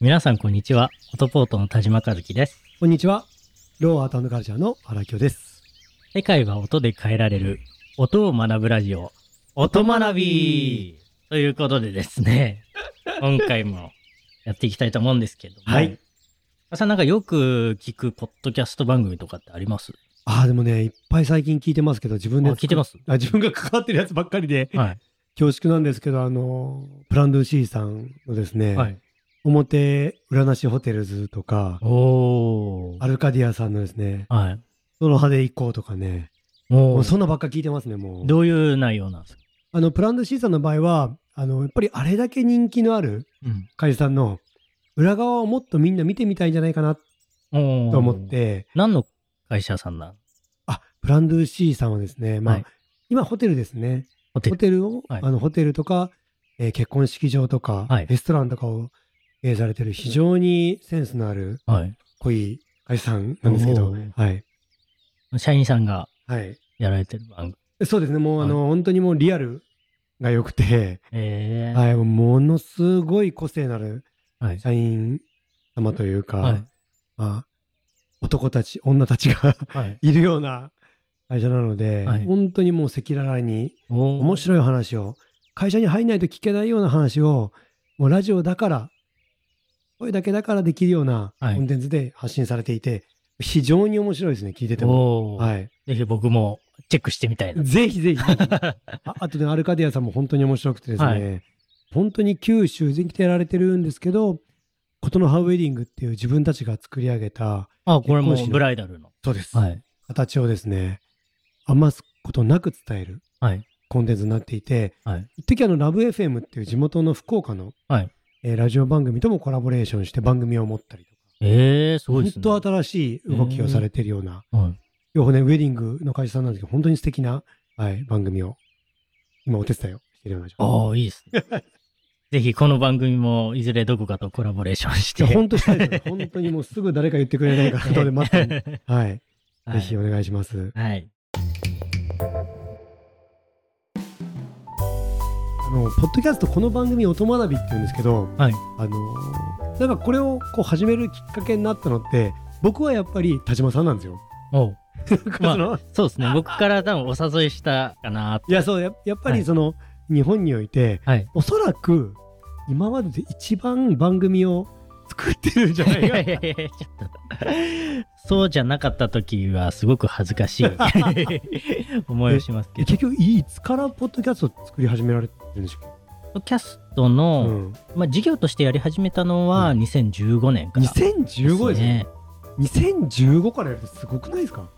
皆さんこんにちは。オトポートの田島和樹です。こんにちは。ローアートカルチャーの荒木です。世界は音で変えられる音を学ぶラジオ、音学びということでですね、今回もやっていきたいと思うんですけども、はい。田さんなんかよく聞くポッドキャスト番組とかってありますああ、でもね、いっぱい最近聞いてますけど、自分であ作っ。聞いてますあ自分が関わってるやつばっかりで、は恐縮なんですけど、あの、プランドゥシーさんのですね、い。はい。表裏なしホテルズとか、おアルカディアさんのですね、はい。その派で行こうとかね、ももううそんなばっか聞いてますね、もう。どういう内容なんですかあの、プランドゥシーさんの場合は、あの、やっぱりあれだけ人気のあるうん。会社さんの裏側をもっとみんな見てみたいんじゃないかなおーと思っ。て、何の会社さんなんあ、プランドゥシーさんはですね、まあ、はい今ホテルですね。ホテホル。テルを、はいあのホテルとか、えー結婚式場とか、はいレストランとかを経営されてる非常にセンスのあるはい。濃い会社さんなんですけおどー、はい。社員さんがはい。やられてる番組。そうですね、もう、あの、本当にもうリアルが良くて、えー。はい、ものすごい個性のあるはい。社員様というか、はいまあ、男たち、女たちが はい。いるような会社なので、はい本当にもう赤裸々にお面ー白い話を会社に入んないと聞けないような話をもうラジオだから声だけだからできるようなコはいンテンツで発信されていて、非常に面白いですね聞いてても、おーはい、ぜひ僕もチェックしてみたいな。ぜひ ぜひああとでアルカディアさんも本当に面白くてですね、はい本当に九州全域でやられてるんですけどことの葉ウェディングっていう自分たちが作り上げたあ、これも結婚式のブライダルの。そうですはい。形をですね余すことなく伝えるはい。コンテンツになっていて、はい一時あのラブ f m っていう地元の福岡の、はいえーラジオ番組ともコラボレーションして番組を持ったりとか、ええすごいです本ね。当新しい動きをされてるような、はい両方ねウェディングの会社さんなんですけど本当に素敵な、はい、番組を今お手伝いをしているような状況ああ、いいですね。 ぜひこの番組もいずれどこかとコラボレーションしいて。や本当したいですよ本当にもうすぐ誰か言ってくれないかなとで待ってるんではい、 はいぜひお願いしますはい。あのポッドキャストこの番組音学びって言うんですけど、はいあのなんかこれをこう始めるきっかけになったのって僕はやっぱり田島さんなんですよ。おう まあなんかそのそうですね。僕から多分お誘いしたかな。いやそうややっぱはりいその、日本においてはい。おそらく今までで一番番組を作ってるんじゃないいやかいやいやちょっとそうじゃなかった時はすごく恥ずかしい思いをしますけど。結局いつからポッドキャスト作り始められてるんでしょうか、ポッド キャストうの、ん、まあ、事業としてやり始めたのは2015年から、 2015ですね。2015からやるってすごくないですか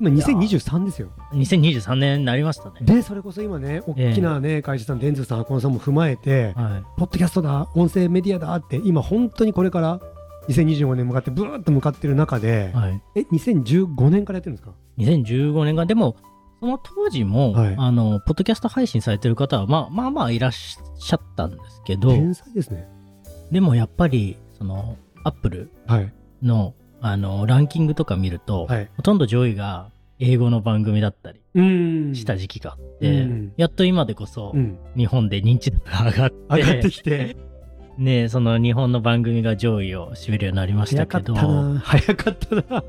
今2023ですよ2023年になりましたね。でそれこそ今ね大きなね、会社さん電通さん箱根さんも踏まえて、はい、ポッドキャストだ音声メディアだって今本当にこれから2025年に向かってブーッと向かってる中で、はい、え2015年からやってるんですか2015年がでもその当時も、はいあのポッドキャスト配信されてる方は、まあ、まあまあいらっしゃったんですけど天才ですねでもやっぱりそのアップルはいのあのランキングとか見ると、はいほとんど上位が英語の番組だったりうんした時期があって、うんやっと今でこそ、うん日本で認知度が上がって上がってきてね、その日本の番組が上位を占めるようになりました早かけどったな早かったなちょっ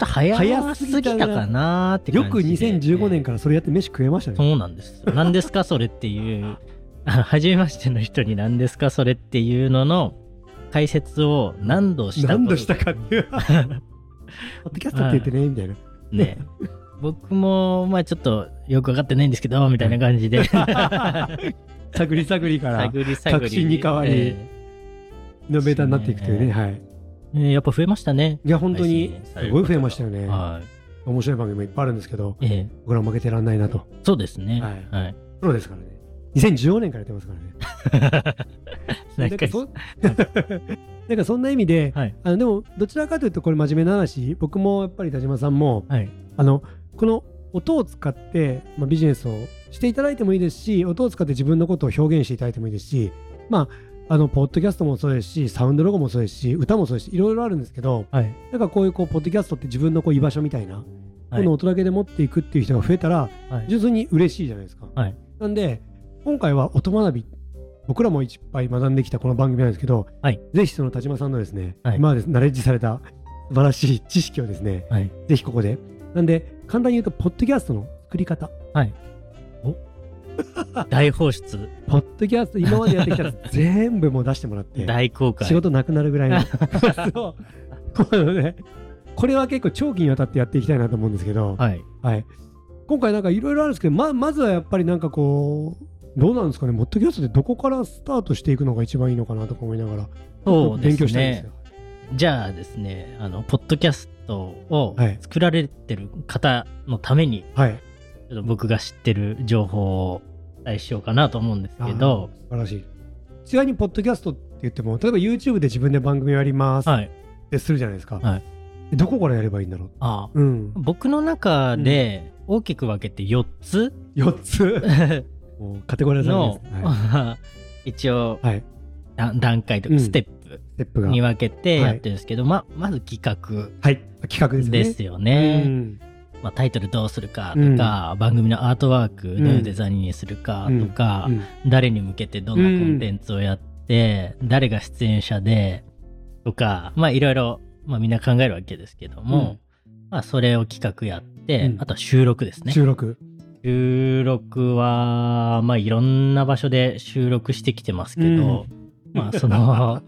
と早早すすぎぎたたなかなーって感 よじくで2015年からそれやって飯食えましたねそうなんですよ。何ですかそれっていう、 あ初めましての人に何ですかそれっていうのの解説を何度したこと何度したか っていうポッドキャストって言ってねみたいなね。僕も、まあちょっとよくわかってないんですけど、みたいな感じで。 探り探りから探り探り。確信に変わりえのベタになっていくというねねはいーえーやっぱ増えましたね。いや本当に配信されする方ごいが増えましたよねは面白い番組もいっぱいあるんですけどい。え僕らも負けてらんないなとーそうですね。ははい。プロですからね。2014年からやってますからね。な なんんかかそなんか そんな意味で、はい。あのでもどちらかというとこれ真面目な話、僕もやっぱり田島さんも、はい。あのこの音を使って、まあ、ビジネスをしていただいてもいいですし、音を使って自分のことを表現していただいてもいいですし、まあ、あのポッドキャストもそうですし、サウンドロゴもそうですし、歌もそうですし、いろいろあるんですけど、はい。なんかこういうこうポッドキャストって自分のこう居場所みたいな、はいこの音だけで持っていくっていう人が増えたら、はい純粋に嬉しいじゃないですか。はいなんで今回は音学び僕らもいっぱい学んできたこの番組なんですけど、はいぜひその田島さんのですね、はい今までナレッジされた素晴らしい知識をですね、はいぜひここで。なんで、簡単に言うと、ポッドキャストの作り方。大放出、ポッドキャスト、今までやってきたや つ全部もう出してもらって、大公開。仕事なくなるぐら いの。 そうこのねこれは結構長期にわたってやっていきたいなと思うんですけど、はい。はい、今回なんかいろいろあるんですけどままずはやっぱりなんかこうどうなんですかねポッドキャストでどこからスタートしていくのが一番いいのかなとか思いながらそうですね勉強したいんですよ。じゃあですね、あの、ポッドキャストをはい作られてる方のために、はい、ちょっと僕が知ってる情報をお伝えしようかなと思うんですけど、素晴らしい。ちなみにポッドキャストって言っても例えば YouTube で自分で番組をやりますっはい。てするじゃないですか、はいでどこからやればいいんだろうあうん、僕の中で大きく分けて4つ4つもうカテゴライズされの てます、はい、一応はいだ段階といううんかステッステッププが、に分けてはいやってるんですけど、ままず企画はい、企画ですね。ですよね。うんまあ、タイトルどうするかとか、番組のアートワークどういうデザインにするかとか、うん誰に向けてどんなコンテンツをやって、誰が出演者でとかまあいろいろ、まあ、みんな考えるわけですけども、まあ、それを企画やって、うんあとは収録ですね。収録。収録はまあいろんな場所で収録してきてますけど、まあそ の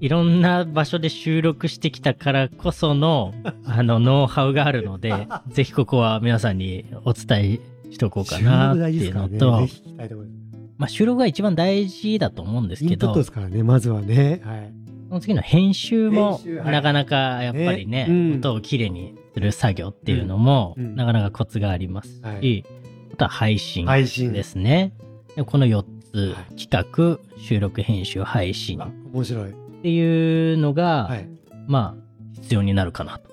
いろんな場所で収録してきたからこそのあのノウハウがあるの でぜひここは皆さんにお伝えしとこうかなっていうの収録大事ですからと、ねぜひ聞きたいところで。まあ、収録が一番大事だと思うんですすイけンプッどトですからね、まずはね。はい。その次の編集も編集はいなかなかやっぱりね、ねうん音をきれいにする作業っていうのも、うんうんなかなかコツがありますし、はいあとは配信配信。ですすね。でこの4つは、企画、収録、編集、配信あっ面白い。ていうのが、はい。まあ、必要になるかなと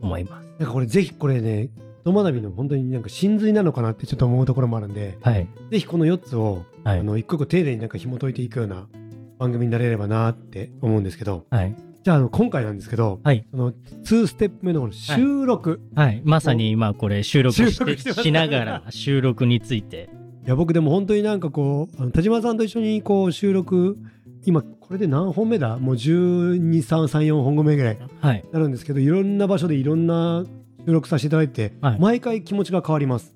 思います。なんかこれ、ぜひこれね、音学びの本当になんか真髄なのかなってちょっと思うところもあるんで、はい。ぜひこの4つを、はあい。の、一個一個丁寧になんか紐解いていくような番組になれればなって思うんですけど、はい。じゃあ、あの、今回なんですけど、はいその、2ステップ目のこの収録。はい。まさに今これ収録収録してしますてしながら収録について。いや僕でも本当になんかこうあの田島さんと一緒にこう収録今これで何本目だもう1234本目ぐらいはい。なるんですけどいろんな場所でいろんな収録させていただいて、はい毎回気持ちが変わります、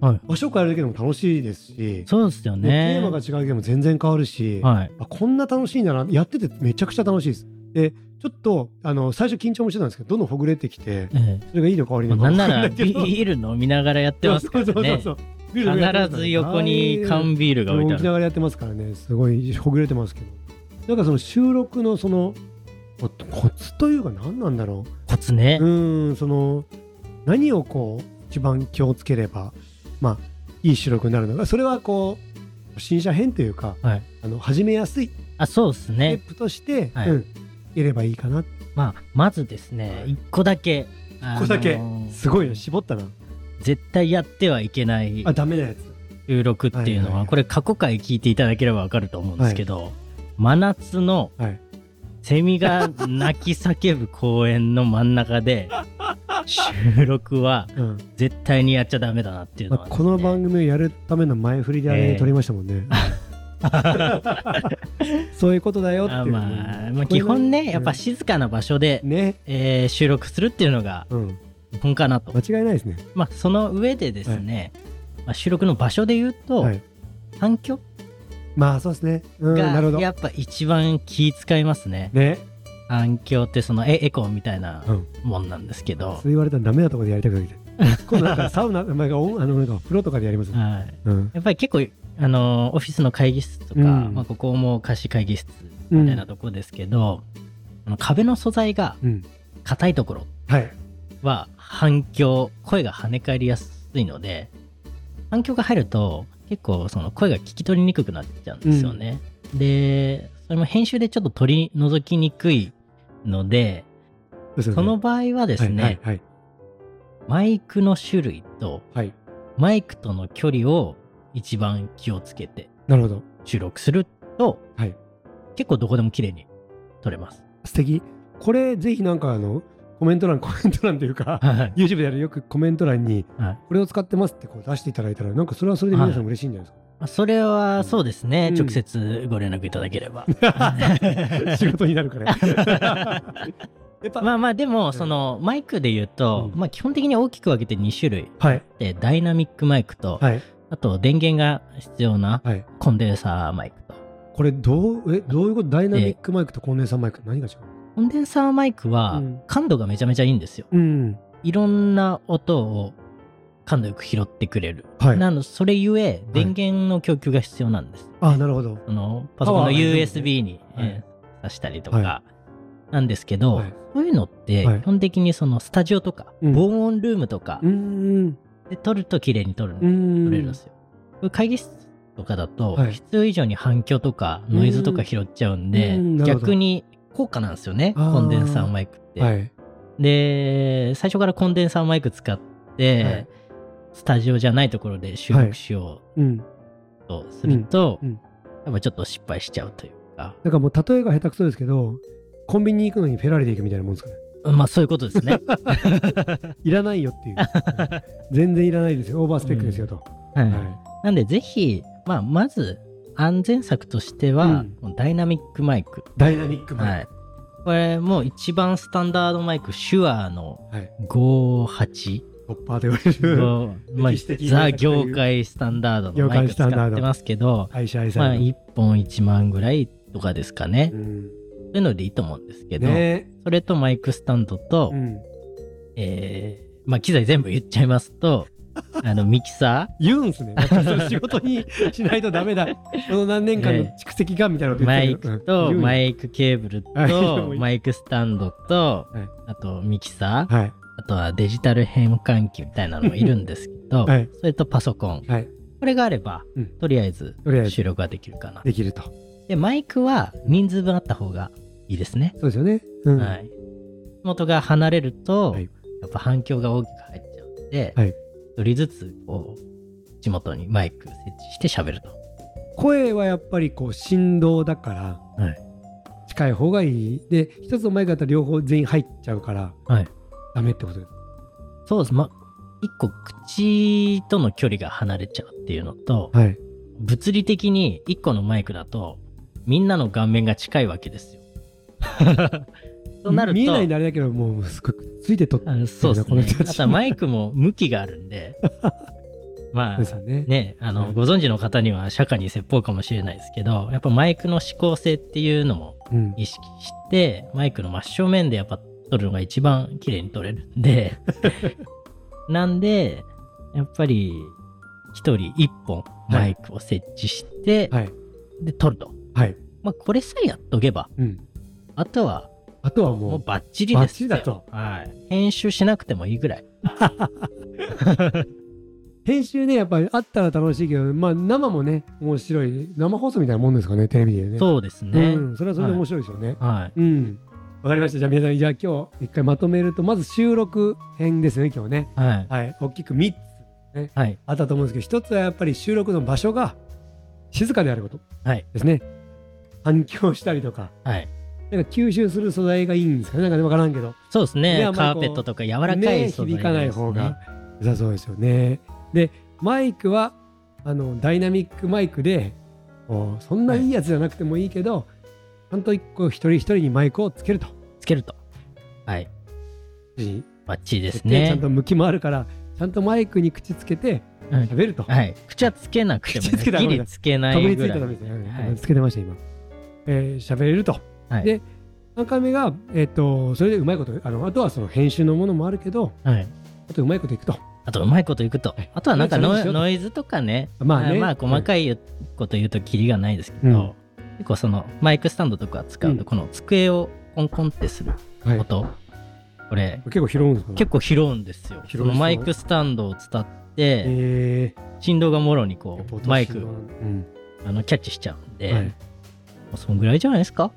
はい場所を変えるだけでも楽しいですし、そうですよねテね。ーマが違うけども全然変わるし、はい。あこんな楽しいんだなやっててめちゃくちゃ楽しいですでちょっとあの最初緊張もしてたんですけどどんどんほぐれてきてえそれがいいのか悪いえ、のなかんなら分かんビいけどール飲みながらやってますからね。そうそうそうそう必ず横に缶ビールが置いて置あきる。ながらやってますからねすごいほぐれてますけどなんかその収録のそのココツというか何なんだろコツねうう。ーんその何をこう一番気をつければまあいい収録になるのかそれはこう新車編というか、はいあの始めやすいあ、そうですステね。ップとして、はいうん、いればいいかなまあ、まずですね、1個だけ。1個だけすごいな絞ったな絶対やってはいけないあダメなやつ収録っていうのは、はいはいこれ過去回聞いていただければわかると思うんですけど、真夏のはいセミが鳴き叫ぶ公園の真ん中で収録はうん絶対にやっちゃダメだなっていうのまはあ、ですこね、の番組をやるための前振りであえれえ撮りましたも んね。そういうことだよっていあう。まあ、まあ基本ねやっぱ静かな場所で、ね、えー収録するっていうのがうん、基本かなと、間違いないですね。まあ、その上でですね、まあ、収録の場所で言うと、はい反響まあそうですね。うん、なるほがど。やっぱ一番気使いますねね、反響ってそのエエコーみたいなうん、もんなんですけどそう、言われたらダメなところでやりたくないけど。今度なんかサウナ、まあ、おあのなんか風呂とかでやります。はい、うん、やっぱり結構あのーオフィスの会議室とか、うんまあ、ここも貸し会議室みたいなとこですけど、あの壁の素材がうん、硬いところはい。は反響声が跳ね返りやすいので反響が入ると結構その声が聞き取りにくくなっちゃうんですよね、でそれも編集でちょっと取り除きにくいのでそうですよねその場合はですね、はい、はい、マイクの種類とはい、はいマイクとの距離を一番気をつけてなるほど。収録すると、はい結構どこでも綺麗に撮れます。素敵。これぜひなんかあのコメント欄、コメント欄という か。はい。 YouTube でやるよくコメント欄にはい これを使ってますってこう出していただいたらなんかそれはそれで皆さん嬉しいんじゃないですか、あそれはそうですね、うん直接ご連絡いただけれ ば仕事にな るから。やっぱ、まあまあでもそのマイクで言うと、うんまあ基本的に大きく分けて2種類はい、でダイナミックマイクと、はい、あと電源が必要なはい。コンデンサーマイクとこれ、どう、え、どういうことダイナミックマイクとコンデンサーマイク、何が違うコンデンサーマイクうはん感度がめちゃめちゃいいんですようん。いろんな音を感度よく拾ってくれる、はい。なのそれゆえ電源の供給が必要なんです、あ、なるほど。あのパソコンパワのーが USB に、はいえー挿したりとか、はなんですけど、はいそういうのってはい基本的にそのスタジオとか、うん防音ルームとかうーん。で撮ると綺麗に撮る、うーん。撮れるんですよ。これ会議室とかだとはい必要以上に反響とかノイズとか拾っちゃうんで、うんなるほど逆に高価なんですよねあーコンデンサーマイクって。はい。で最初からコンデンサーマイク使って、はいスタジオじゃないところで収録しようん。うとすると、うんうんやっぱちょっと失敗しちゃうというか、なんかもう、例えが下手くそですけど、コンビニ行くのにフェラーリで行くみたいなもんですかね。まあそういうことですね。 いらないよっ ていう。全然いらないですよ。オーバースペックですよと。はいはなんでぜひ、まあ、まず安全策としては、ダイナミックマイク、ダイナミックマはイい、これもう一番スタンダードマイク手話のク。はい。 58、トッパーで言われる。まあ歴史的、なザ業界スタンダードの業マイ界クスタンダ使ードってますけど、愛車愛まあ、妻の。 1本1万ぐらいとかですかね、うんそういうのでいいと思うんですけど、ねそれとマイクスタンドと、うんえーまあ、機材全部言っちゃいます とあのミキサ言うんすね。なんかそれ仕事にしないとダ メだ。この何年間の蓄積がみたいなこーとマ言イってたクけどとうん言うんマイクケーブルあいやもうといいマイクスタンドとはいあとミキサーはい。あとはデジタル変換器みたいなのもいるんですけど はいそれとパソコンはい。これがあればうんとりあえずとりあえず収録ができるかなできると。でマイクは人数分あった方がいいですねそうですよね。うんは。い元が離れるとはいやっぱ反響が大きく入っちゃうのではい一人ずつこう地元にマイク設置して喋ると声はやっぱりこう振動だからはい近い方がいい。で、一つのマイクだったら両方全員入っちゃうからはいダメってことです。そうです。ま、一個口との距離が離れちゃうっていうのと、はい。物理的に一個のマイクだと、みんなの顔面が近いわけですよ。 となると、見えないんであれだけど、もうすごくついてとってあのそうですこの人ねた。ちあとはマイクも向きがあるん で、まあです、よね。ね、あの、ご存知の方には釈迦に説法かもしれないですけど、やっぱマイクの指向性っていうのもうん。意識してマイクの真正面でやっぱ撮るのが一番綺麗に撮れるん でなんでやっぱり一人一本マイクを設置して、はい。で撮ると、はい。まあ、これさえやっとけばうん。あとはあとはももうう、バッチリですよバッチリだとはい、編集しなくてもいいぐらい編集ね、やっぱりあったら楽しいけど、まあ生もね、面白い。生放送みたいなもんですかね、テレビでね。そうですね、うん、それはそれで面白いですよね。はいうん。わかりました。じゃあ皆さん、じゃあ今日一回まとめると、まず収録編ですね、今日ね。はいはい。大きく3つはいあったと思うんですけど、1つはやっぱり収録の場所が静かであることはいですね。反響したりとか、はいなんか吸収する素材がいいんですかね。なんかね、わからんけど。そうですねねあんカまりこうーペットとか柔らかねい素材響かない方が良さそうですよね。で、マイクは、あの、ダイナミックマイクで、こうそんないいやつじゃなくてもいいけど、ちゃんと一個一人一人にマイクをつけると。つけるとはいバッチリでですねちゃんと向きもあるからちゃんとマイクに口つけてはい喋ると、はい。口はつけなくても、口つけたらギリつけなかぶいりつぐいらたい。ためですね、はいはいつけてました今喋、えー、喋れると、はいで3回目が、えっとそれでうまいことあのあとはその編集のものもあるけどはい。あとうまいこといくとあと、うまいこといくとはい。あとはなんかうまいノイこといくとノイズとかね。まあねまあ、細かいこと言うとキリがないですけうんど、結構そのマイクスタンドとか使ううんと、この机をコンコンってするはい音、これ、結構拾うんですかね結構拾うんですよ。拾うそのマイクスタンドを伝って、え振動がもろにーやこっぱう、音マイするクなうんあのキャッチしちゃうんはい、でで、そんぐらいじゃないですか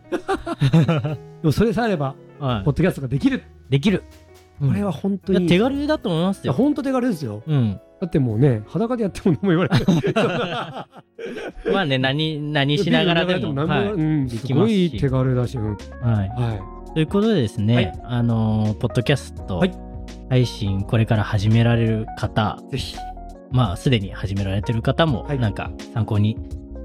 もそれさえあればはポッドキャストができるい。できる。これはは本当にいい手軽だと思いますいやよ。本当手軽ですようん。だってもうね裸でやっても何も言わ れないまあね、何、何しながらでも。 ビール飲みながらでも何も言わはれうん、できますすしごい手軽だし、うんい。はいはということでですね、はいあのーポッドキャストはい配信これから始められる方、い、ぜひまあすでに始められてる方もはいなんか参考に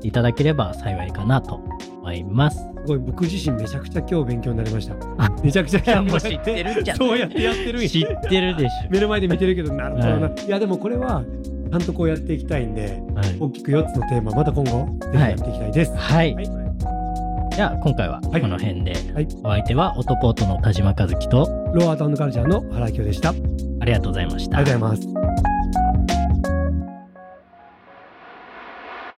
いただければ幸いかなと思います。すごい僕自身めちゃくちゃ今日勉強になりましたあ。めちゃくちゃいや今もう知ってるんじゃん そうやってやってるんや知ってるでし目の前で見てるけどなるほどな。、はいやでもこれはちゃんとこうやっていきたいんでょ。はい大きく4つのテーマまた今後ぜひやっていきたいです。はい、はいじゃあ今回はこの辺で、はいお相手はオトポートの田島和樹とローアートカルチャーの原明夫でした。ありありがとうございました。がとうございます。